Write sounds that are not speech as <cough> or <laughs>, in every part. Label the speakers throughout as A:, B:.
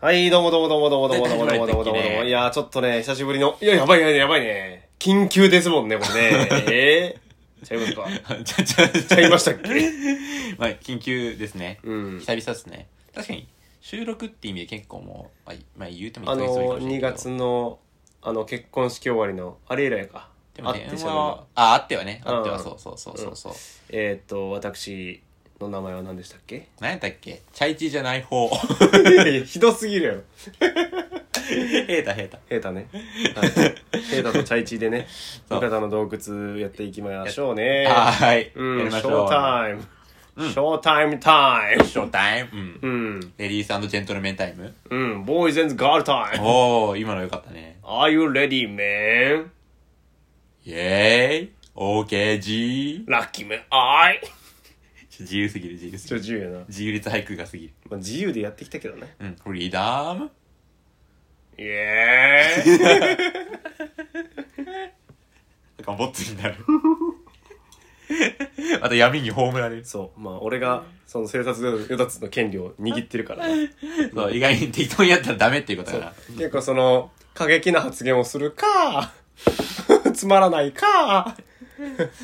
A: はい、どうもどうもどうもどうもどうもどうもどうもどうもどうも
B: 出てきましたね
A: いやー、ちょっとね、久しぶりの、いや、やばいね、やばいね。緊急ですもんね、これね。えー、ちゃいますか。
B: <laughs> ちゃ、ちゃ、ち
A: ちゃいましたっけ
B: まあ、緊急ですね。
A: うん。
B: 久々ですね。確かに、収録って意味で結構もう、まあ、まあ、言うても
A: あ
B: 一ヶ月ぶりか
A: の、
B: もしれん
A: 2
B: けど
A: 月の、あの、結婚式終わりの、あれ以来か。
B: でも
A: あっ
B: 電
A: てしゃ
B: 話
A: べ
B: は
A: る。、
B: あ、あってはね。あって
A: う
B: は、
A: ん
B: そうそうそうそうそう。
A: えーっと、私の名前は何でしたっけ
B: 何やったっけチャイチーじゃない方。 <laughs>
A: いやいやひどすぎるやろ。
B: ヘータヘータ。
A: 平太ね。はい。平太とチャイチーでね、
B: そう
A: 味方の洞窟やっていきましょうね。
B: はーい。
A: う
B: や
A: ん、
B: り
A: ショ
B: ましょ
A: ー
B: う。
A: タイム。ショータイムタイム。
B: ショータイム。うん。
A: うん。
B: レディースジェントルメンタイム。
A: うん、ボーイズガールタイム。
B: おー、今のよかったね。
A: Are you ready, man?
B: イェーイ。オーケージ
A: ラッキー man, I!
B: ー。ちょ自由すぎる、自由す
A: ち
B: ぎ
A: ょ、自由
B: る。
A: やな。
B: 自由率俳句がすぎる。
A: まあ、自由でやってきたけどね。
B: うん。フリーダム。
A: イエーイ
B: なんかボッツに
A: <laughs>
B: なる。また闇に葬られ
A: <laughs>
B: る。
A: そう、まあ、俺が、その生殺与奪の権利を握ってる <laughs> からね。
B: そう、意外に適当にやったらダメっていうことだな。
A: 結構その、過激な発言をするか、 <laughs> つまらないか、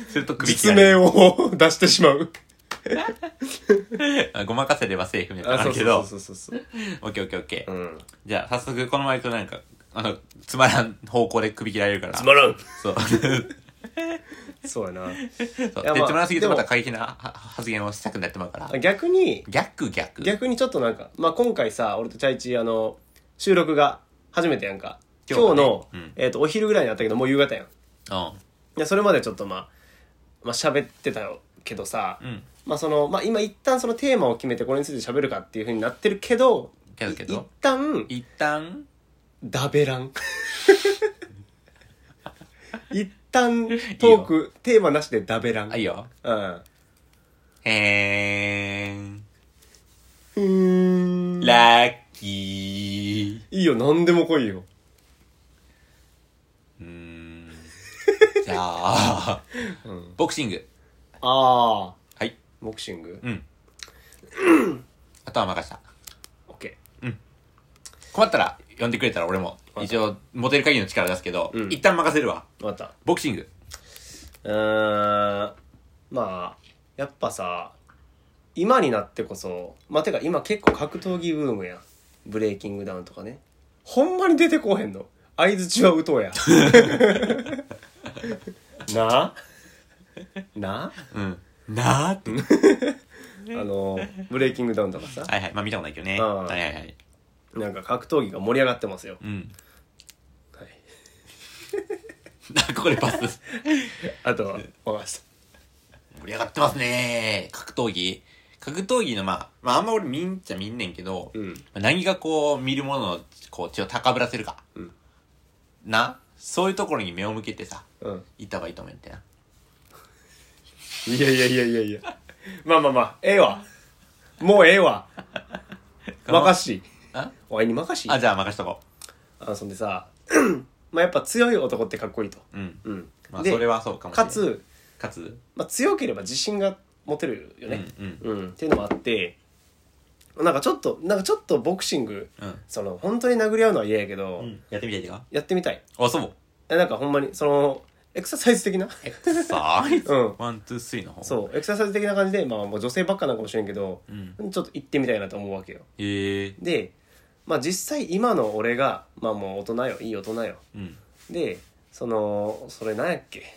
B: すると首切
A: 実
B: ら
A: 名
B: れる。
A: を <laughs> 出してしまう。
B: あごまかせればセーフみたいなのあるけど。
A: そうそうそうそう。
B: オッケーオッケーオッケー。
A: うん。
B: じゃあ、早速このマイクなんか、あの、つまらん方向で首切られるから。
A: つまらん
B: そう。 <laughs> そう。
A: そうやな。
B: でつ
A: いやまあ
B: まらんすぎてま
A: で
B: た
A: も
B: 過激なは発言をしたくなってまうから。
A: 逆に、
B: 逆逆。
A: 逆にちょっとなんか、まあ、今回さ俺とチャイチあの収録が初めてやんか今
B: 今
A: 日
B: 日がね
A: の、
B: うん
A: えー、とお昼ぐらいにあったけどもう夕方やんい
B: うん。
A: やそれまでちょっとまあまあ喋ってたけどさ、
B: うん。
A: まあそのまあ、今一旦そのテーマを決めてこれについて喋るかっていうふうになってるけど
B: けどけ
A: 一
B: ど。
A: 旦
B: 一旦、
A: ダベ
B: <laughs>
A: らん一旦トークテーマなしでダベらん
B: あ、いいよ。
A: うん
B: へーん。
A: うーん
B: ラッキー。
A: いいよ何でも来いよ
B: うーんじゃあ、ボクシング。
A: ああ
B: はい。
A: ボクシング
B: うん。あとは任した。
A: オッケー
B: 困ったら、呼んでくれたら俺も、一応、モテる限りの力出すけど、
A: うん
B: 一旦任せるわ。
A: 分かった
B: ボクシング。
A: うーんまあやっぱさ今になってこそまあてか今結構格闘技ブームやんブレイキングダウンとかねほんまに出てこうへんの相づちは打とうや <laughs> なあなあ
B: うん。なーって。
A: あのブレイキングダウンとかさ
B: はいはい。まあ見たことないけどね。
A: うん
B: はいはいはい。
A: なんか格闘技が盛り上がってますよ、
B: うん。 <laughs>
A: はい、
B: あここでパス。
A: あとは分かりまし
B: 盛り上がってますねー。格闘技。格闘技の、まあ、まああんま俺見んっちゃ見んねんけど、
A: うん
B: まあ何がこう、見るものの、こう、血を高ぶらせるか。
A: うん
B: なそういうところに目を向けてさ、
A: た、うん、
B: 行った方がいいと思うんだよな。
A: いやいやいやいやいやまあまあまあええわもうええ <laughs> わ任し
B: あ
A: おいに任し
B: あ、じゃあ任しとこ
A: あそんでさ <clears throat> まあやっぱ強い男ってかっこいいと、
B: う。うん。
A: うん
B: まあ、
A: で
B: それはそうかもし
A: か
B: れない。、
A: つ、
B: かつ、
A: まあ、強ければ自信が持てるよね、
B: うん
A: うんっていうのもあってなんかちょっとなんかちょっとボクシング
B: うん。
A: その本当に殴り合うのは嫌やけど、
B: うん。やってみていいか
A: やってみたい
B: あ、そう。
A: えなんかほんまにそのエクササイズ的な
B: エク
A: <laughs>
B: ササイズ
A: うん
B: ワン、ツー、スリーの方。う。
A: そうエクササイズ的な感じで、まあ、もう女性ばっかなんかもしれんけど、
B: ん。
A: ちょっと行ってみたいなと思うわけよ
B: ええ
A: で、まあ、実際今の俺がまあもう大人よいい大人よ
B: うん。
A: でそのそれなんやっけ <laughs>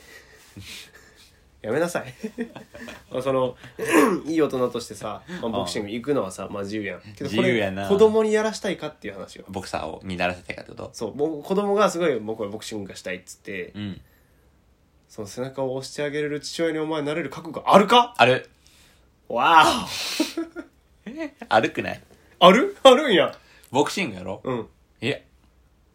A: やめなさい <laughs> まあその <coughs> いい大人としてさ、まあ、ボクシング行くのはさまあ、自由やんけどこ
B: 自由
A: れ
B: やな
A: 子供にやらしたいかっていう話よ
B: ボクサーを、にならせたいかってこと
A: そう僕子供がすごい僕はボクシングがしたいっつって、
B: うん。
A: その背中を押してあげれる父親にお前なれる覚悟あるか
B: ある。
A: わ
B: あるくない
A: おある <laughs> あるんや
B: ボクシングやろ
A: うん
B: え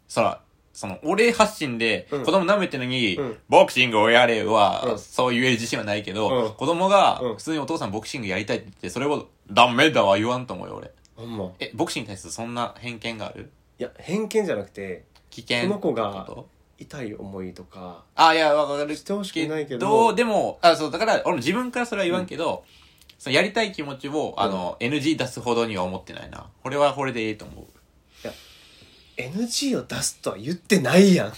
B: そら、その、俺発信で、
A: うん
B: 子供舐めてるのに、
A: うん
B: ボクシングをやれは、
A: うん
B: そう言える自信はないけど、
A: うん
B: 子供が、
A: うん
B: 普通にお父さんボクシングやりたいって言って、それを、ダメだは言わんと思うよ、俺。
A: ほんま
B: え、ボクシングに対するそんな偏見がある
A: いや偏見じゃなくて
B: 危険
A: この子
B: って
A: が
B: こと
A: 痛い思いとか
B: あ、いや、わかる
A: してほしくないけど
B: でも、あ、そう、だから、俺も自分からそれは言わんけど、そのやりたい気持ちを、あの、NG 出すほどには思ってないな。これはこれでいいと思う。
A: NG を出すとは言ってないやん。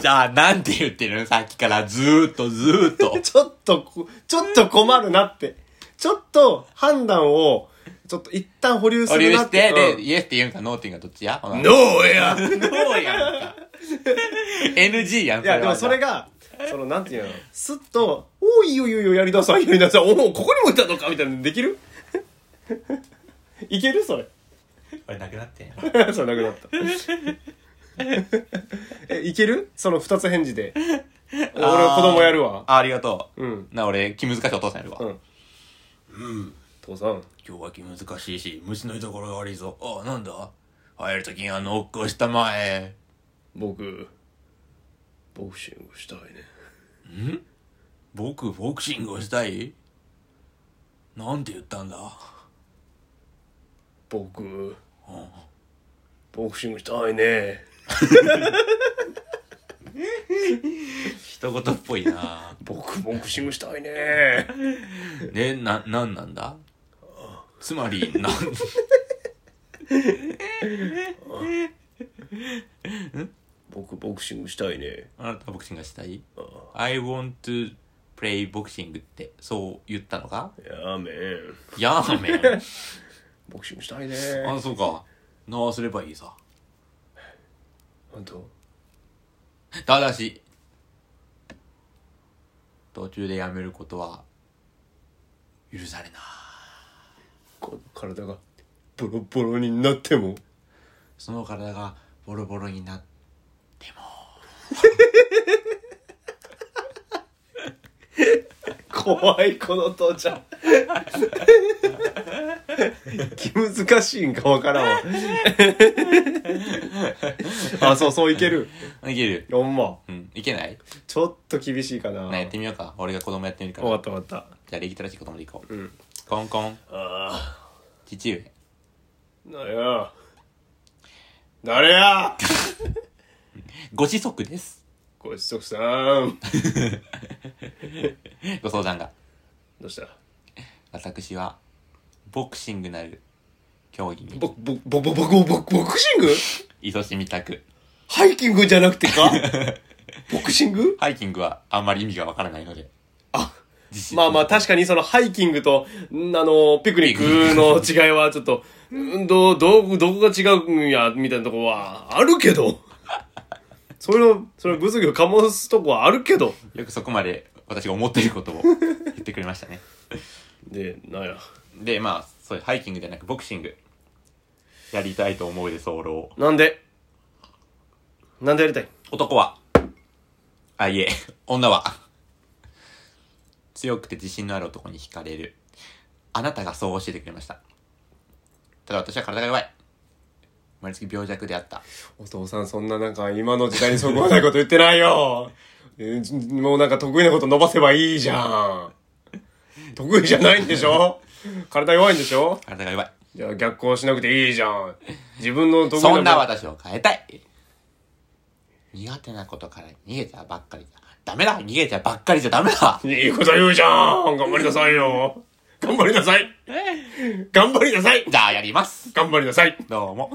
B: じゃあ、なんて言ってるのさっきからずーっとずーっ
A: <laughs>
B: と
A: ちょっとこちょっと困るなってちょっと判断をちょっと一旦保留す
B: 保留
A: るなっ
B: してて、で、イエスって言うんかノーって言うんかどっちやほ
A: う
B: なん
A: ノーや
B: ノーやんか。NG やん、
A: いや、でもそれ。が、その、なんていうの、すっと、おいよいよいよ、やりなさい、やりなさい、おお、ここにもいたのかみたいなのできるいけるそれ。
B: 俺なくなってんや
A: それなくなった。え、いけるその二つ返事で。俺は子供やるわ。
B: あ、ありがとう。
A: うん。
B: な、俺、気難しいお父さんやるわ。
A: うん。
B: うん。
A: 父さん。
B: 今日は気難しいし、虫の居所が悪いぞ。あ、なんだ入るときにあの、ノックをしたまえ。
A: 僕、ボクシングしたいね。
B: 僕、ボクシングをしたいなんて言ったんだ
A: 僕、ボクシングしたいね。
B: 一言っぽい <laughs> な
A: 僕、ボクシングしたいね。
B: で、な、なんなんだつまり、なん、
A: 僕、ボクシングしたいね。
B: あなたボクシングがしたい ?I want to play boxing って、そう言ったの <laughs> か
A: やめん。
B: やーめ
A: ボクシングしたいね。
B: ん。あ、そうか。直すればいいさ。
A: 本当
B: ただし、途中でやめることは、許されない。
A: こ体がボロボロになっても
B: その体がボロボロになっても、
A: 怖いこの父ちゃん気難しいんかわからん <laughs> わあそうそういける
B: いける。
A: ほんま
B: うん、いけない
A: ちょっと厳しいかな
B: な、やってみようか。俺が子供やってみるから。
A: わか
B: じ
A: ったわかっ
B: ゃあ、礼儀正しい子供でいこう。
A: たうん
B: コンコン、
A: あ
B: 父上。
A: あなや誰や
B: ご子息です。
A: ご子息さん
B: ご相談が。
A: どうした
B: 私は、ボクシングなる競技に、
A: ぼぼぼぼぼぼぼボクシング
B: 勤しみたく。
A: ハイキングじゃなくて <laughs> かボクシング
B: ハイキングはあんまり意味がわからないので。
A: あ
B: 実
A: まあまあ確かにそのハイキングと、んあの、ピクニックの違いはちょっと、んどう、どう、どこが違うんや、みたいなとこはあるけど。それを、それ物議を醸すとこはあるけど。
B: よくそこまで私が思っていることを言ってくれましたね。
A: で、なんや。
B: で、まあ、そういうハイキングじゃなくボクシング。やりたいと思うで候を。
A: なんでなんでやりたい
B: 男は、あ、いえ、女は、強くて自信のある男に惹かれる。あなたがそう教えてくれました。ただ私は体が弱い。生まれつき病弱であった。
A: お父さんそんななんか今の時代にそこはないこと言ってないよ。えーもうなんか得意なこと伸ばせばいいじゃん。得意じゃないんでしょ体弱いんでしょ
B: 体が弱い。
A: じゃあ逆行しなくていいじゃん。自分の得意な
B: そんな私を変えたい。苦手なことから逃げちゃばっかりだ。ダメだ逃げちゃばっかりじゃダメだ
A: いいこと言うじゃん頑張りなさいよ頑張りなさい頑張りなさい
B: じゃあやります
A: 頑張りなさい
B: どうも。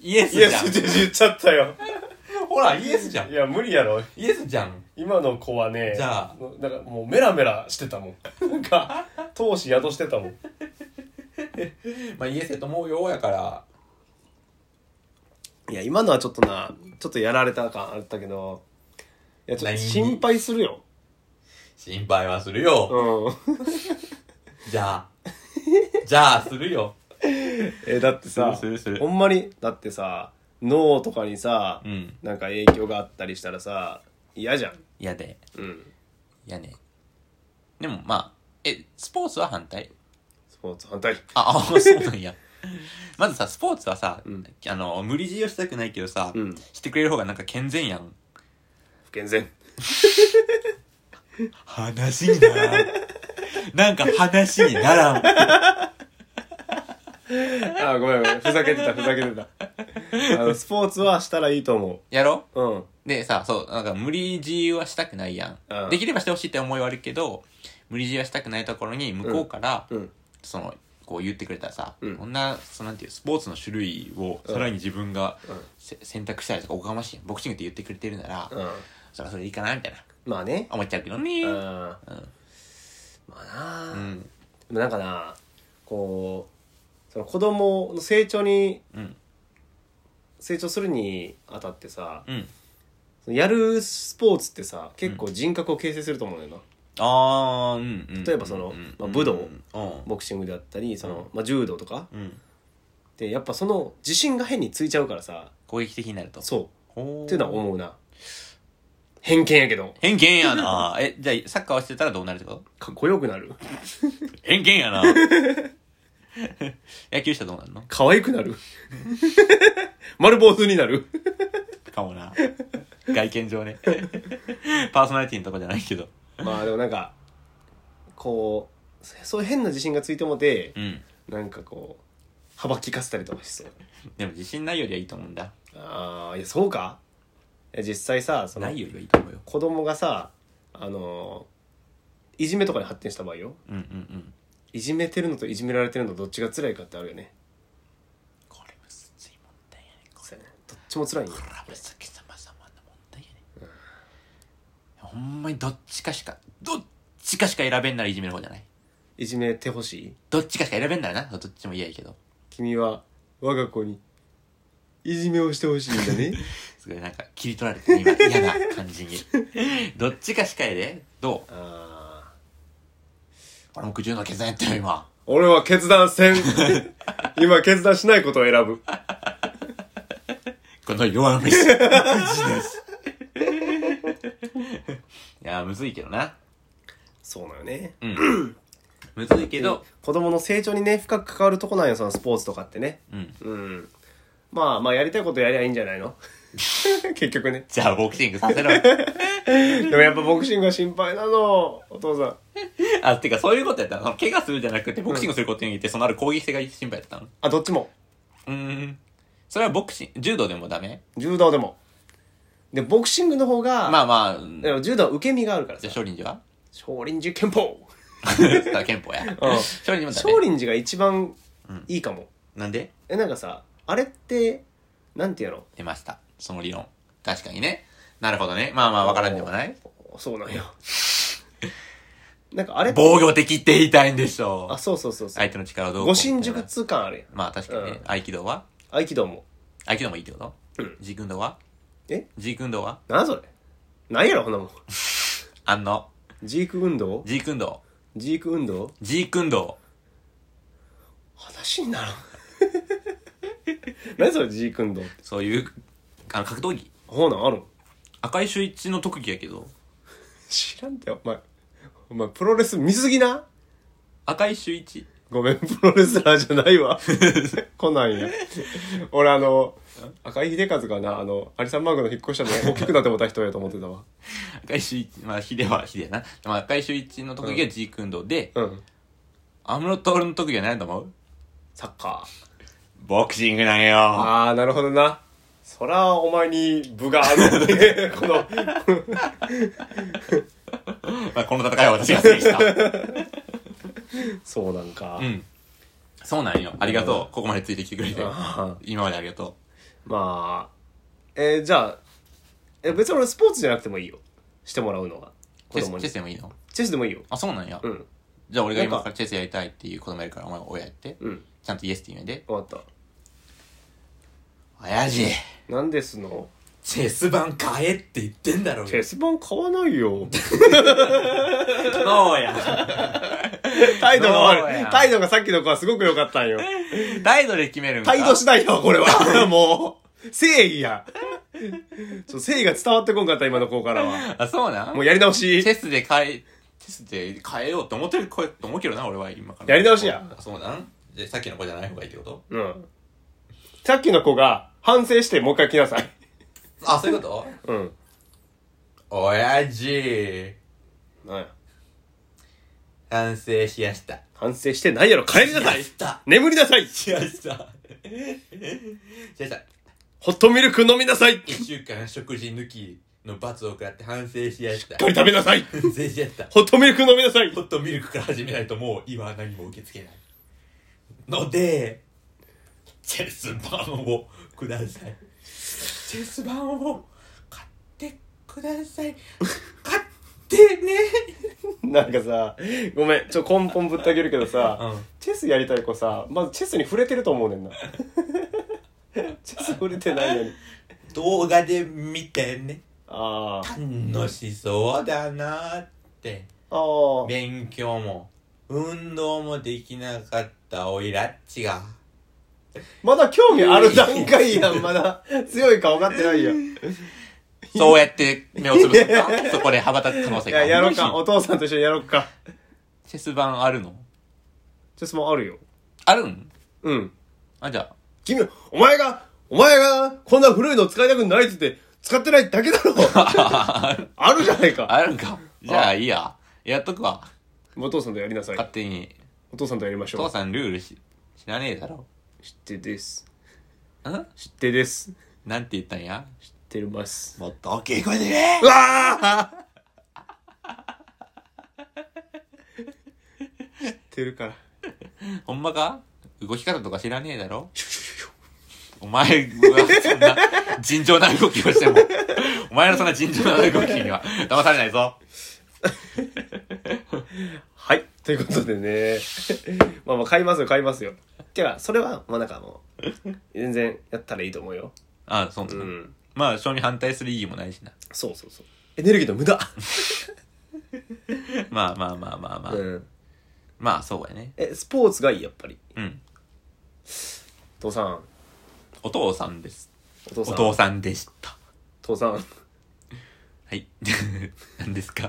B: イエス
A: イ
B: じ
A: エ
B: ゃ
A: ス
B: ん
A: っ。て言っちゃったよ。
B: ほら、イエスじゃん
A: い。や、無理やろ。
B: イエスじゃん。
A: 今の子はね、
B: じゃあ
A: なんかもうメラメラしてたもん。なん <laughs> か、闘志宿してたもん。
B: まあイエスやと思うよ、やから。
A: いや、今のはちょっとな、ちょっとやられた感あったけど、いや、ちょっと
B: 何
A: 心配するよ。
B: 心配はするよ。 <laughs>
A: うん。
B: じ <laughs> ゃあ。じゃあ、するよ。
A: え、だってさ、
B: するするする
A: ほんまに、だってさ、脳とかにさ、
B: うん。
A: なんか影響があったりしたらさ、嫌じゃん。
B: 嫌で。
A: うん。
B: 嫌ね。でも、まあ、え、スポーツは反対
A: スポーツ反対。
B: あ、あ、そうなんや。まずさ、スポーツはさ、
A: うん
B: あの、無理強いをしたくないけどさ、
A: うん
B: してくれる方がなんか健全やん。
A: 不健全。
B: 話にならん。なんか話にならん。
A: あーごめんごめん。ふざけてた、ふざけてた。あの、スポーツはしたらいいと思
B: やろ
A: う。うん。
B: でさ、そう、なんか無理強いはしたくないやん。
A: うん
B: できればしてほしいって思いはあるけど、無理強いはしたくないところに、向こうから、
A: うん。
B: その、こう言ってくれたらさ、
A: うん
B: こんなそのなんていうスポーツの種類をさらに自分が
A: うん
B: せ選択したりとかおこがましいやんボクシングって言ってくれてるなら、
A: うん
B: それはそれでいいかなみたいな
A: まあね
B: 思っちゃうけどね
A: う
B: うんん
A: まあなあ、
B: うん
A: でもなんかなこうその子供の成長に
B: うん
A: 成長するにあたってさ
B: うん
A: そのやるスポーツってさ結構人格を形成すると思うのよな、
B: あーうんうん
A: 例えばその
B: うん
A: まあ武道
B: うん
A: ボクシングであったりその
B: うん、
A: まあ、柔道とか
B: うん
A: でやっぱその自信が変についちゃうからさ
B: 攻撃的になると
A: そう
B: ほー
A: っていうのは思うな偏見やけど
B: 偏見やなえじゃあサッカーをしてたらどうなるってこと
A: かっこよくなる
B: 偏見やな <laughs> 野球したらどうなるの
A: 可愛くなる <laughs> 丸坊主になる
B: かもな外見上ね <laughs> パーソナリティのとこじゃないけど
A: まあでもなんかこうそそういう変な自信がついてもて
B: うん
A: なんかこう幅利かせたりとかしそう
B: でも自信ないよりはいいと思うんだ
A: あーいやそうかいや実際さそ
B: な
A: の
B: いよりはいいと思うよ
A: 子供がさあのーいじめとかに発展した場合よ
B: うんうんうん
A: いじめてるのといじめられてるのどっちが辛いかってあるよね
B: これむずい問題やねこ
A: そうやねどっちも辛いんよ
B: れは紫様様の問題やねほんまにどっちかしかどっちかしか選べんならいじめる方じゃない
A: いじめてほしい
B: どっちかしか選べんならなどっちも嫌やけど
A: 君は我が子にいじめをしてほしいんだ <laughs> ね
B: すごいなんか切り取られてね今嫌な感 <laughs> じにどっちかしかやでどう
A: ああ
B: 俺も苦渋の決断やったよ今
A: 俺は決断せん今決断しないことを選ぶ
B: この弱虫いやーむずいけどな
A: そうなのね
B: うんむずいけど
A: 子供の成長にね深く関わるとこなんよそのスポーツとかってね
B: うん
A: うんまあまあやりたいことやりゃいいんじゃない
B: <laughs>
A: の結局ね
B: じゃあボクシングさせろ
A: でもやっぱボクシングが心配なのお父さん
B: あてかそういうことやったの怪我するじゃなくてボクシングすることによってそのある攻撃性が心配だったの
A: あどっちも
B: うーんそれはボクシング柔道でもダメ
A: 柔道でもでボクシングの方が、
B: まあまあうんじ
A: でも柔道は受け身があるから
B: ゃあ
A: さ
B: 少林寺 <laughs> は
A: 少林寺拳法
B: だから憲法や
A: うん
B: 少林寺もダ
A: 少
B: メ
A: 林寺が一番いいかも、
B: なんで
A: えなんかさあれってなんていうの
B: 出ましたその理論確かにねなるほどねまあまあわからんでもない
A: そうなん
B: <laughs>
A: よなんかあれって
B: 防御的って言いたいんでしょ
A: あそうそうそうそう
B: 相手の力をどう
A: 護
B: こうみたいな
A: 身術通感あるやん
B: まあ確かにね、
A: うん
B: 合気道は
A: 合気道も
B: 合気道もいいってこと
A: うん
B: ジークンドーは
A: え
B: ジークンドーは
A: なんそれなんやろこんなもん
B: あんの
A: ジーク運動
B: ジークンド
A: ジーク運動
B: ージークンド
A: 話にならん <laughs> 何それジーク運動って
B: ーそういうあの格闘技
A: ほうなんあるん
B: 赤井秀一の特技やけど
A: 知らんてお前お前プロレス見すぎな
B: 赤井秀一
A: ごめんプロレスラーじゃないわ <laughs> こんなんや俺あの赤井秀和がなあのアリサンマークの引っ越したの大きくなってもた人やと思ってたわ
B: 赤井秀一まあ秀は秀やな、まあ、赤井秀一の特技はジークンドーで
A: うん
B: 安室徹の特技は何だと思う
A: サッカー
B: ボクシングなんよ
A: ああなるほどなそらお前に部があるんで <laughs> この
B: まあこの戦いは私が制した
A: そうなんか、
B: うんそうなんよありがとうここまでついてきてくれて
A: あ
B: 今までありがと
A: まあえーじゃあえ別に俺スポーツじゃなくてもいいよしてもらうのは
B: う
A: 子
B: チェス
A: 供
B: チェ
A: に
B: スでもいいの
A: チェスでもいいよ
B: あそうなんや、
A: うん
B: じゃあ俺が
A: なんか
B: 今からチェスやりたいっていう子供やるからお前は親やって、
A: うん
B: ちゃんとイエスって言うんやで
A: 分かっ
B: 親父
A: たなんですの
B: チェス盤買えって言ってんだろ
A: チェス盤買わない
B: <laughs>
A: よ
B: ノーや
A: 態度が
B: どう
A: 悪い
B: や
A: 態度がさっきの子はすごく良かったん
B: <laughs>
A: よ
B: 態度で決めるんか
A: 態度次第だわこれ
B: <laughs>
A: はもう誠意やちょっと誠意が伝わってこんかった今の子からは
B: あそうなん
A: もうやり直し
B: チェスで買えチェスで変えようと思ってる子やと思うけどな俺は今から
A: やり直しや
B: あそうなんでさっきの子じゃない方がいいってこと
A: うんさっきの子が反省してもう一回来なさい
B: あそういう
A: <laughs>
B: こ
A: うん
B: と親父
A: なんや
B: 反省しやした
A: 反省してないやろ帰りなさ
B: <laughs>
A: い
B: した
A: 眠りなさい
B: しやしたしやした
A: ホットミルク飲みなさいしっ
B: 一週間食事抜きの罰を食らって反省しやした
A: かり食べなさい
B: 反省しやった
A: ホットミルク飲みなさい
B: ホットミルクから始めないともう今は何も受け付けないのでチェス盤をくださいチェス盤を買ってください買ってね
A: なんかさごめんちょ根本ぶってあげるけどさ
B: うん
A: チェスやりたい子さまずチェスに触れてると思う <laughs> ねんなチェス触れてないのに
B: 動画で見てね
A: あー
B: 楽しそうだなって
A: あー
B: 勉強も運動もできなかったおいらっちが
A: まだ興味ある段階やんまだ強いか分かってないやん
B: そうやって目をつぶすかそこで羽ばたく可能
A: い
B: 性が
A: ややろうかお父さんと一緒にやろうか
B: チェス盤あるの
A: チェスもあるよ
B: あるん
A: うん
B: あじゃあ
A: 君、お前が、お前が、こんな古いの使いたくないって言って、使ってないだけだ <laughs> ろあるじゃないか。
B: あるんかじゃあいいややっとくわ
A: お父さんとやりなさい。
B: 勝手に
A: お父さんとやりましょ
B: 父
A: う。
B: さんルールし知らねえだろ
A: 知ってです。
B: ん
A: 知ってです。知っ
B: なんて言ったんや
A: てます。
B: もっと大きい声でね
A: うわあ知ってるから。
B: ほんまか動き方とか知らねえだろお前はそんな尋常な動きをしても、お前のそんな尋常な動きには騙されないぞ。
A: はい。ということでね。まあまあ、買いますよ、買いますよ。てか、それは、まあなんかもう、全然やったらいいと思うよ。
B: あそうな
A: うん
B: だ。
A: ん。
B: まあ、性に反対する意義もないし
A: <laughs>
B: な。
A: そうそうそう。エネルギーの無駄。
B: まあまあまあまあまあ。
A: うん。
B: まあ、そうやね。
A: え、スポーツがいい、やっぱり。
B: うん。
A: 父さん。
B: お父さんです。
A: お父
B: お
A: さん。
B: 父さんでした。
A: 父さん。
B: はい。 <laughs> 何ですか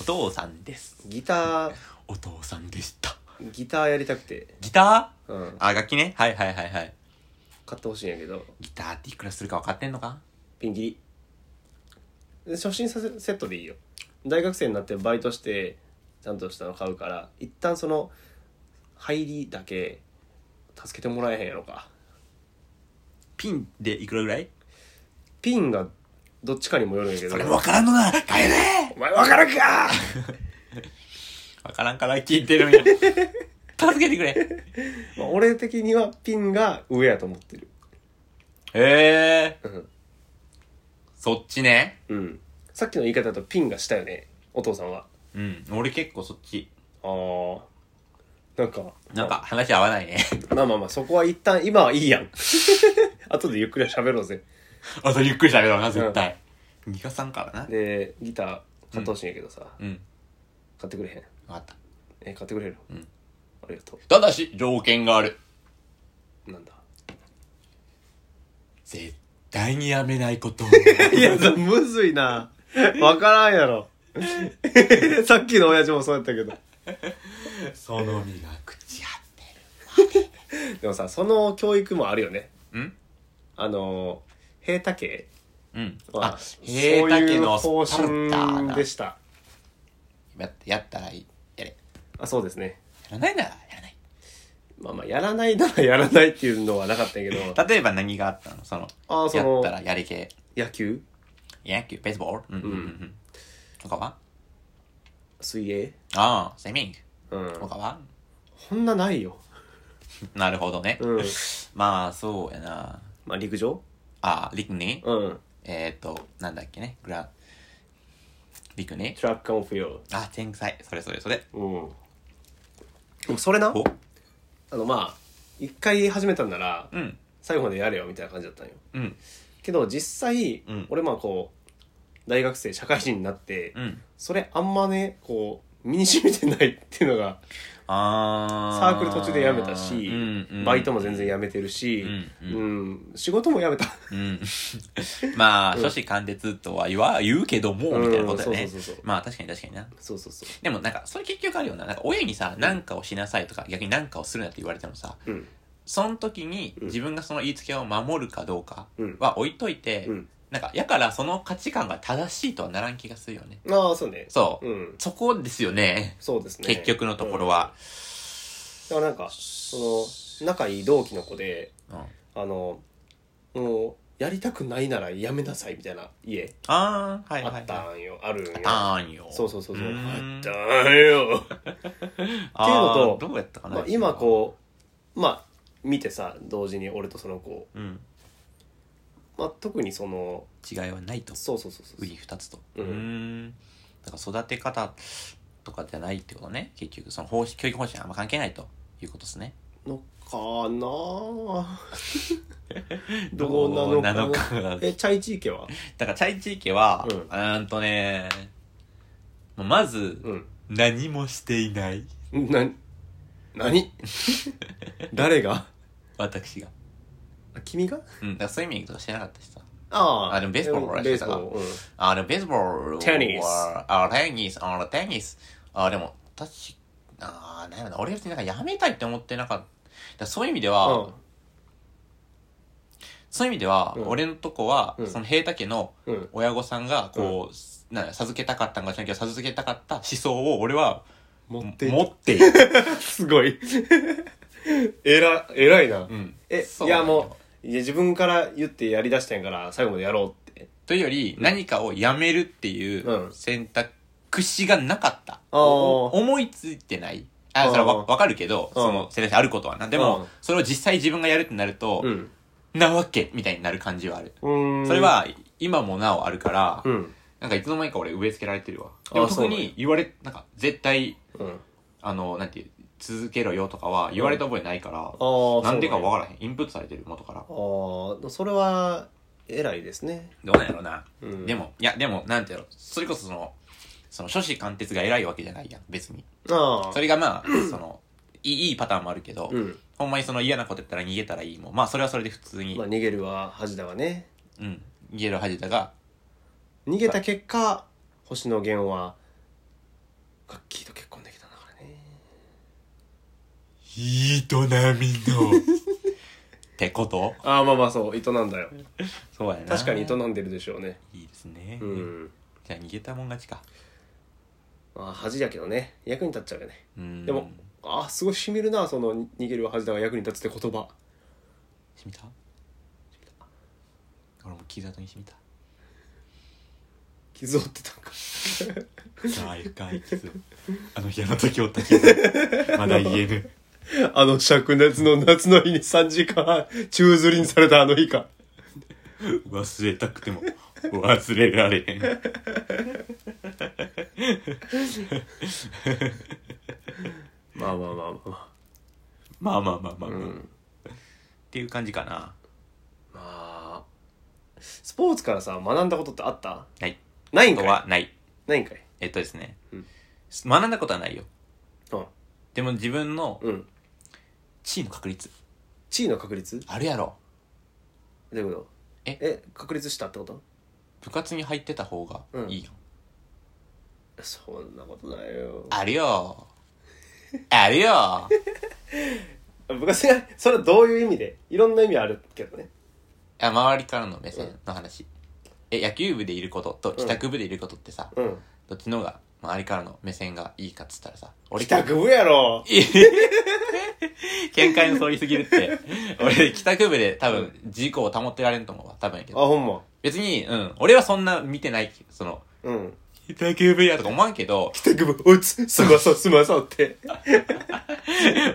B: お父さんです。
A: ギター、
B: お父さんでした。
A: ギターやりたくて、
B: ギター
A: うん。
B: あ、楽器ね。はいはいはいはい。
A: 買ってほしいんやけど、
B: ギターっていくらするか分かってんのか
A: ピンキリ。で初心者セセットでいいよ。大学生になってバイトして、ちゃんとしたの買うから、一旦その、入りだけ、助けてもらえへんやろか。
B: ピンでいくらぐらい
A: ピンが、どっちかにもよるんやけど
B: それ、も分からんのなら買えねえ
A: お前わからん <laughs> か
B: わからんから聞い
A: <laughs>
B: てるんや。助けてくれ。
A: まあ俺的にはピンが上やと思ってる。
B: へえ。
A: うん。
B: そっちね。
A: うん。さっきの言い方だとピンが下よね、お父さんは。
B: うん。俺結構そっち。
A: ああ。なんか、
B: なんか話合わないね。 <laughs>
A: まあまあまあ、そこは一旦、今はいいやん。 <laughs> 後でゆっくり喋ろうぜ。
B: あとゆっくり喋ろうな、絶対。逃がさんからな。
A: で、ギター買ってほしいんやけどさ、
B: うん。
A: 買ってくれへん。
B: わかった。
A: え、買ってくれる
B: うん
A: ありがと
B: ただし、条件がある。
A: う。なんだ。
B: 絶対にやめないこと。
A: いや、そむずいな。わからんやろ。 <laughs> さっきの親父もそうやったけど。
B: その身が口あって
A: でもさ、その教育もあるよね。
B: る。ん
A: あの、平太家
B: うん。
A: は、
B: あ、
A: そう
B: 平
A: い
B: 太家
A: う
B: の
A: 方
B: スパルタ
A: 針
B: な
A: で。した。
B: やっやったらいい。やれ。や
A: あ、そうですね。
B: らないならやらない。
A: まあまあ、やらないならやらないっていうのはなかったんやけど、
B: 例えば何があったのその、
A: あーその
B: やったらやれ系。
A: <laughs> 野球
B: 野球、ベースボール。うんうんうんうん。他は
A: 水泳
B: ああ、スイミング。
A: うん。
B: 他は
A: こんなないよ。
B: なるほどね。
A: うん。
B: まあ、そうやな。
A: まあ、陸上
B: あ、陸に、
A: うん。
B: えっ、ー、と、なんだっけね、グラ、陸に。
A: トラックオンフィール
B: あ、天才。それそれそれ。
A: ド。うん。でもそれな
B: お、
A: あの、まあ、一回始めたんなら、
B: うん、
A: 最後までやれよみたいな感じだったんよ。
B: うん、
A: けど、実際、
B: うん
A: 俺まあこう、大学生、社会人になって、
B: うん。
A: それあんまね、こう、身に染みてないっていうのが、
B: あー
A: サークル途中でやめたし、
B: うんうん、
A: バイトも全然
B: や
A: やめてるし、
B: うんう
A: うん仕事もやめた。 <laughs>
B: うん。 <laughs> まあ、諸子貫徹とは言わ、言うけども、みたいなことだよ
A: う
B: ね
A: んそうそうそうそう。
B: まあ、確かに確かにな。
A: そうそうそう。
B: でもなんか、それ結局あるよな。なんか、親にさ、何かをしなさいとか、逆に何かをするなって言われてもさ、
A: うん。
B: その時に自分がその言いつけを守るかどうかは置いといて、
A: うん。
B: なんか、やからその価値観が正しいとはならん気がするよね。
A: ああ、そうね。
B: そう。
A: うん。
B: そこですよね。
A: そうですね。
B: 結局のところは。
A: だからなんかその仲いい同期の子で
B: うん
A: あのもうやりたくないならやめなさいみたいな家
B: あー、はい
A: あ
B: はい、はい。
A: ったんよあるんよ
B: あーんよ。
A: そうそうそうそう
B: ー
A: あ
B: ん
A: ったんよ
B: あー
A: っていうのと
B: どうやったかな
A: まあ今こまあ見てさ同時に俺とその子、
B: うん
A: まあ、特にその
B: 違いはないと
A: そうそうそうそう
B: ウリ二つと
A: うん
B: んだから育て方とかじゃないってことね結局その方針教育方針はあんま関係ないということですね
A: のかなあ
B: <laughs>
A: どうなのかな
B: どうなのか
A: えチャイチー家は
B: だからチャイチー家は、
A: う
B: うんん、ーんとねまあまず、
A: うん
B: 何もしていない
A: な何誰が
B: 私が
A: あ君が
B: うんだからスイミングとかしてなかったしさ
A: ああ
B: あでもベースボールもら
A: ベ
B: え
A: ー
B: て
A: ス
B: た
A: ボ
B: か
A: ール、うん
B: あでもベースボールは
A: テニス
B: あテニスあテニスあでも確かあーなんやろな俺別になんかやめたいって思ってなかっただからそういう意味では、そういう意味では、
A: うん
B: 俺のとこは、
A: うん
B: その平太家の
A: うんうん
B: 親御さんがこう、なんや授けたかったんかしらんけど授けたかった思想を俺は
A: 持ってい
B: 持っている、
A: すごいえらえらいな、
B: うん、
A: <laughs> え
B: そ
A: いう
B: なん
A: や
B: よ
A: もういや自分から言ってやりだしたんやから最後までやろうって
B: というより、何かをやめるっていううん選択肢がなかった、
A: あー
B: お思いついてないあ
A: あー
B: それはわわかるけど、
A: うん
B: その選択肢あることはなで
A: うん
B: もそれを実際自分がやるってなると、
A: うん
B: なわけみたいになる感じはある、
A: うん
B: それは今もなおあるから、
A: うん
B: なんかいつの間にか俺植え付けられてるわ
A: あー
B: でも
A: そう
B: 特
A: なんや
B: に言われなんか絶対
A: うん
B: あのなんていう続けろよとかは言われた覚えないから、
A: ああ
B: なんでか
A: わ
B: わからへんインプットされてる元から
A: ああそれは偉いですね
B: どうなんやろうな
A: うん
B: でも、いや、でも、なんていうの、それこそその、その、諸子貫徹が偉いわけじゃないやん、別に。
A: ああ
B: それがまあ、その、いいいいパターンもあるけど、
A: うん
B: ほんまにその嫌なことやったら逃げたらいいもん。まあ、それはそれで普通に、
A: まあ逃げるは恥だわね
B: うん、逃げる恥だが、
A: 逃げた結果星野源はガッキーと結婚できたんだからね
B: いいとなみの。ってこと
A: ああまあまあそう営んだよ
B: そうやな。
A: 確かに営んでるでしょうね
B: いいですね。
A: うん
B: じゃあ、逃げたもん勝ちか。
A: まあ恥だけどね役に立っちゃうよね
B: うん。
A: でも、ああすごいしみるなその逃げるは恥だが役に立つって言葉
B: しみたしみた俺も傷跡にしみた。
A: <laughs> 傷を負ってたんか <laughs>
B: 大解傷。あの日あの時おった傷。まだ言えぬ。
A: あの灼熱の夏の日に3時間半宙吊りにされたあの日か
B: 忘れたくても <laughs> 忘れられへん
A: まあまあまあまあま
B: まあま
A: あ
B: あまあまあ、まあ
A: う
B: っ
A: ん
B: ていう感じかな
A: まあスポーツからさ学んだことってあった
B: ない
A: ないん
B: こ
A: か
B: と
A: い
B: はない
A: ないんかい
B: えっとですね、
A: うん
B: 学んだことはないよ
A: うん
B: でも自分の
A: うん
B: 地位の確率
A: 地位の確率
B: あるやろ
A: どういうこと
B: え
A: え確立したってこと
B: 部活に入ってた方がいいよ、
A: そんなことないよ
B: あるよあるよ
A: 部活がそれはどういう意味でいろんな意味あるけどね
B: あ周りからの目線の話、え野球部でいることと帰宅部でいることってさ、
A: うん
B: どっちの方が周りからの目線がいいかっつったらさ俺
A: 帰宅部やろ
B: 見解の通りすぎるって。俺、帰宅部で多分、事故を保ってられんと思うわ。多分やけ
A: あ
B: ど。
A: ほんま
B: 別に、うん。俺はそんな見てない、その、
A: うん
B: 帰宅部やとか思わんけど、 <laughs>
A: 帰宅部おいつすまそうすまそうって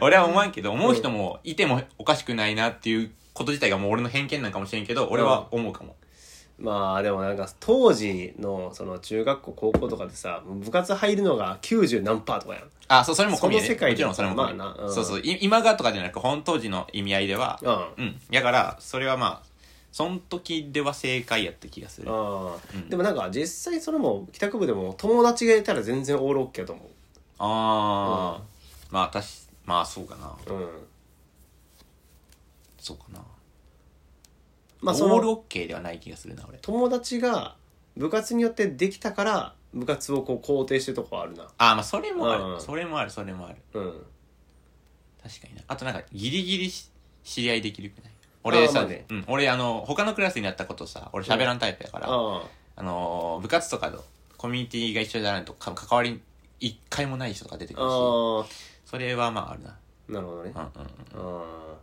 B: 俺は思わんけど、思う人もいてもおかしくないなっていうこと自体がもう俺の偏見なんかもしれんけど、俺は思うかも。
A: <laughs> まあでもなんか当時のその中学校高校とかでさ部活入るのが90何パーとかやん
B: あ、そう、それも込みや
A: そ
B: ね。
A: の世界で
B: もちろんそれも込み。
A: まあなうん
B: そうそう。い今がとかじゃなく、本当時の意味合いでは、
A: うん
B: うん。だから、それはまあ、その時では正解やった気がする。
A: あー
B: うん
A: でもなんか実際それも帰宅部でも友達がいたら全然オールオッケーだと思
B: ああ、まあ、私、まあ、そうかな。
A: ううん
B: そうかな。
A: まあそ
B: オール
A: の
B: オッケーではない気がするな俺
A: 友達が部活によってできたから部活をこう肯定してるとこはあるな
B: あーまあそれもある、
A: うん
B: それもあるそれもある
A: うん
B: 確かになあとなんかギリギリし知り合いできるくない俺
A: あーま
B: さ、
A: あね
B: うん、俺あの他のクラスになったことさ俺喋らんタイプやから、あ
A: あ
B: のー部活とかのコミュニティが一緒じゃないとか関わり一回もない人とか出て
A: あ
B: くるし
A: あ
B: それはまああるな
A: あなるほどね
B: うんうん
A: あ
B: うん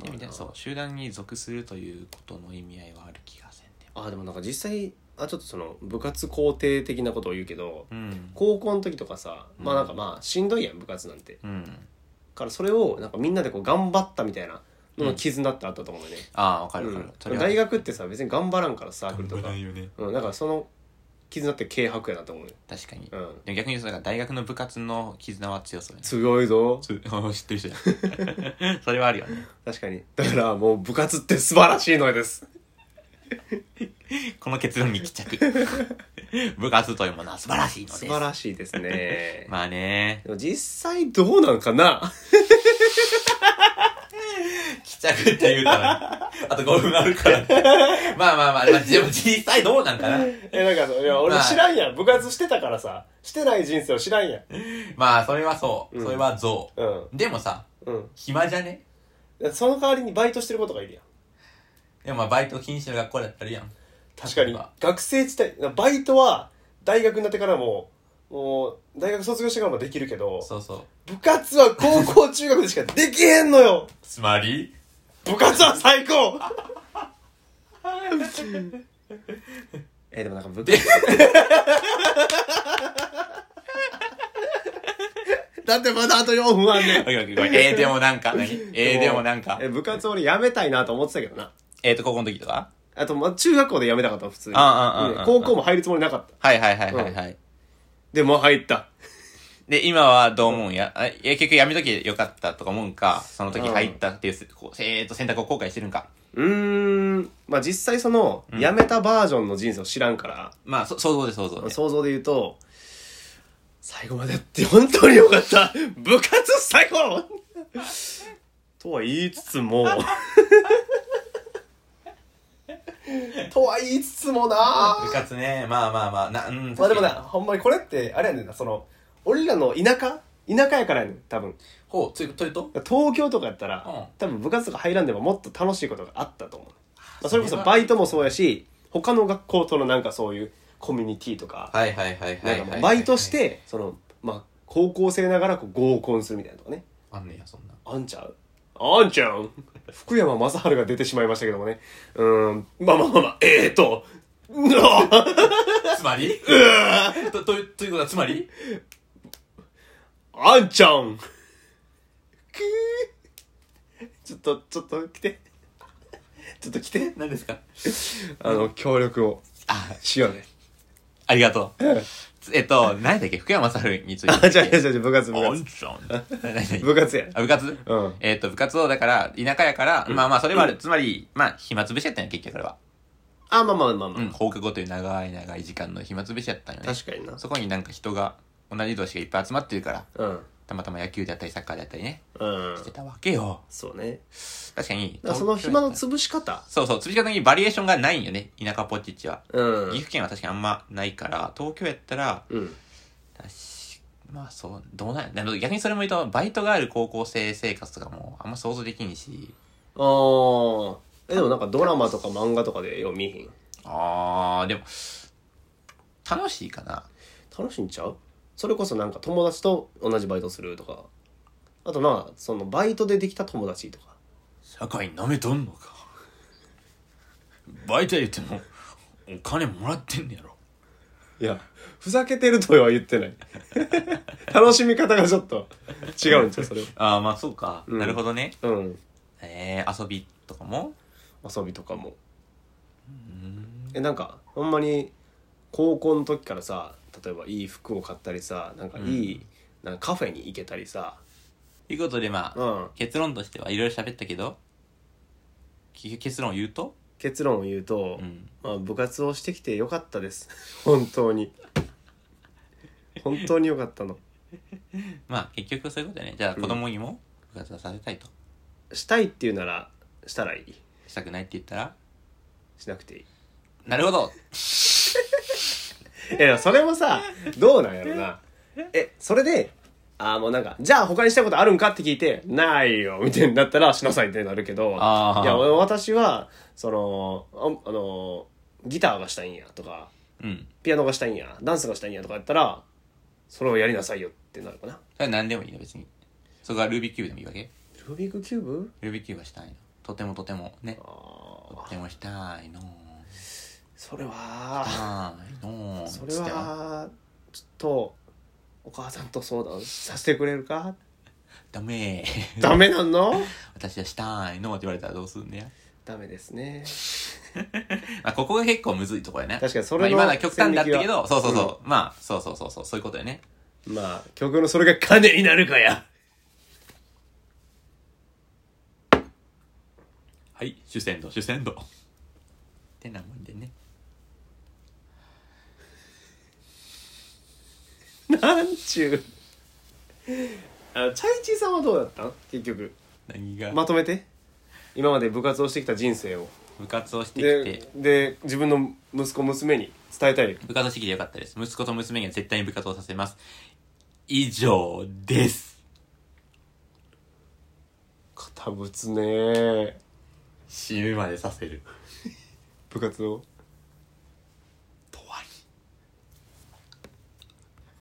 B: でみたいなそう集団に属するということの意味合いはある気がせんでも
A: ああでもなんか実際あちょっとその部活肯定的なことを言うけど
B: うん
A: 高校の時とかさまあなんかまあしんどいやん部活なんて
B: うん
A: からそれをなんかみんなでこう頑張ったみたいなのの絆ってあったと思うよね、
B: ああ、わかる
A: う
B: わ
A: ん
B: かる。それは
A: 大学ってさ別に頑張らんからサークルとか
B: ないよね。
A: うん、だからその絆って軽薄やなと思うよ、
B: 確か
A: う
B: に。
A: ん、
B: でも逆に言うと、なんか大学の部活の絆は強そうやね。
A: 強いぞ
B: つ <laughs> 知ってる人じゃ <laughs> ん。それはあるよね。
A: 確かにだからもう部活って素晴らしいのです
B: この結論に帰着。 <laughs> 部活というものは素晴らしいのです。
A: 素晴らしいです <laughs> ね
B: まあね。
A: でも実際どうなんかな
B: 帰着って言うから、 <laughs> あと5分あるから。 <laughs> まあまあまあ、まあ、でも実際どうなんかな。
A: <laughs> えなんかそういや
B: まあ
A: らんやん部活してたからさしてない人生を知らんやん
B: まあ、それはそう。
A: うん
B: それは像。
A: うん
B: でもさ、
A: うん
B: 暇じゃね
A: その代わりにバイトしてることがいるやん
B: でもまあ、バイト禁止の学校だったらいいやん。
A: 確かに
B: 例えば
A: 学生時代バイトは大学になってからももう大学卒業してからもできるけど
B: そうそう。
A: 部活は高校中学でしかできへんのよ
B: つま
A: <laughs>
B: り
A: 部活は最高えでもなんか部活 <laughs> だってまだあと4分あんねん
B: えー、でもなんか、何えー、でもなんか。
A: え部活俺やめたいなと思ってたけどな
B: えーと、高校の時とか
A: あとまあ中学校でやめたかった普通に
B: あんうんうんうん
A: うん高校も入るつもりなかった
B: はいはいはいはいはい。
A: でも入った
B: で、今はどう思うんやあえ、結局やめときゃよかったとか思うんか、その時入ったっていうせ、こうえーと選択を後悔してるんか。
A: うーんまあ実際その
B: ん
A: 辞めたバージョンの人生を知らんから、
B: まあ、そ想像で想像で。
A: 想像で言うと最後までやって本当によかった <laughs> 部活最高 <laughs> とは言いつつも <laughs> とは言いつつもな
B: 部活ね、まあまあまあ、な、うん、
A: まあでも
B: 確
A: な
B: かに。
A: ほんまにこれってあれやねんなその俺らの田舎田舎やからやねん多分
B: ほう、つというと
A: 東京とかやったら、
B: うん
A: 多分部活とか入らんでももっと楽しいことがあったと思う、まあ、そ
B: そ
A: れ
B: れ
A: こ
B: は
A: そバイトもそうやし他の学校とのなんかそういうコミュニティとか,、
B: はいはいはいはいはい
A: なん
B: は
A: か
B: い。
A: バイトし。てその、まあ、高校生ながらこう合コンするみたいなとかね
B: あんねや、そんな。
A: あんちゃうあんちゃん <laughs> 福山雅治が出てしまいましたけどもねうーんまあまあまあまあえーとうわ
B: つまりと、と、ということはつまり
A: あんちゃんくーちょっとちょっと来てちょっと来て
B: 何ですか
A: あの協力を
B: あ、
A: しようね
B: ありがとう。えっと、何だっけ福山雅治について。
A: あ、じゃあじゃあじゃあ部活部
B: おん
A: 活。
B: ちゃん。何何
A: 部活や。
B: あ、部活
A: うん。
B: えっ、と、部活を、だから、田舎やから、まあまあ、それはある。つまり、まあ、暇つぶしやったんや、結局これは。
A: あ、まあまあまあまあ。
B: うん、放課後という長い長い時間の暇つぶしやったんよね。
A: 確かにな。
B: そこになんか人が、同じ同士がいっぱい集まってるから、
A: うん。
B: たまたま野球であったり、サッカーであったりね、
A: うん
B: して。たわけよ。
A: そうね。
B: 確かに。
A: だからその暇の
B: 東京やった
A: 潰し
B: ら
A: 方。
B: そうそう、潰し方にバリエーションがないんよね、田舎ポチッチは。
A: うん
B: 岐。阜県は確かにあんまないから、東京やったら、
A: うん。
B: だしまあそう、どうなんや逆にそれも言うと、バイトがある高校生生活とかも、あんま想像できんし、
A: あー。え、でもなんかドラマとか漫画とかでよう見えへん。
B: あー、でも、楽しいかな。
A: 楽しんちゃうそれこそなんか友達と同じバイトするとか。あとまあ、そのバイトでできた友達とか。
B: 社会舐めとんのか。バイト言っても、お金もらってんねやろ。
A: いや、ふざけてるとは言ってない。 <laughs> 楽しみ方がちょっと違うんですよ、それは。
B: あー、まあそうか。
A: うん
B: なるほどね。
A: うん。
B: えー、遊びとかも
A: 遊びとかも。
B: うん。
A: えなんかほんまに高校の時からさ例えばいい服を買ったりさなんかいい、なんかカフェに行けたりさ
B: ということで、まあ、
A: うん
B: 結論としてはいろいろ喋ったけど、き結論を言うと
A: 結論を言うと、
B: うん。
A: まあ、部活をしてきてよかったです <laughs> 本当に本当によかったの
B: まあ結局そういうことだね。じゃあ子供にも部活はさせたいと。
A: したいっていうならしたらいい
B: したくないって言ったら、
A: しなくていい
B: なるほど
A: えでもそれもさどうなんやろなえそれでああもうなんかじゃあ他にしたいことあるんかって聞いてないよみたいになったらしなさいってなるけど
B: あー
A: いや俺私はそのああのギターがしたいんやとか
B: うん。
A: ピアノがしたいんやダンスがしたいんやとかやったらそれをやりなさいよってなるかな
B: それは何でもいいの別に。そこはルービックキューブでもいいわけ
A: ルービックキューブ
B: ルービックキューブはしたいの。とてもとてもね。
A: あ
B: と
A: あ
B: てもしたいの。
A: それは
B: はいの。
A: それ
B: つってな。
A: はちょっとお母さんと相談させてくれるか
B: ダメ <laughs> ー
A: ダメなの
B: 私はしたいのって言われたらどうすんねや。
A: ダメですね。
B: まあ、ここが結構むずいとこやね。
A: 確かにそ
B: まあ、
A: れの
B: 今のは極端だったけど、
A: 線
B: そう
A: 引きは
B: そうそう。まあ、そうそうそうそう、そういうことやね。
A: まあ、曲のそれが金になるかや。
B: はい、主戦度、主戦度。ってなもんでね。
A: なんちゅう。あの、チャイチーさんはどうだったん結局。
B: 何が、
A: まとめて。今まで部活をしてきた人生を。
B: 部活をしてき
A: で
B: て、、
A: で、自分の息子、娘に伝えたい。
B: 部活をしてきてよかったです。息子と娘には絶対に部活をさせます。以上です。
A: 堅物ね
B: 死ぬまでさせる。
A: 部活を。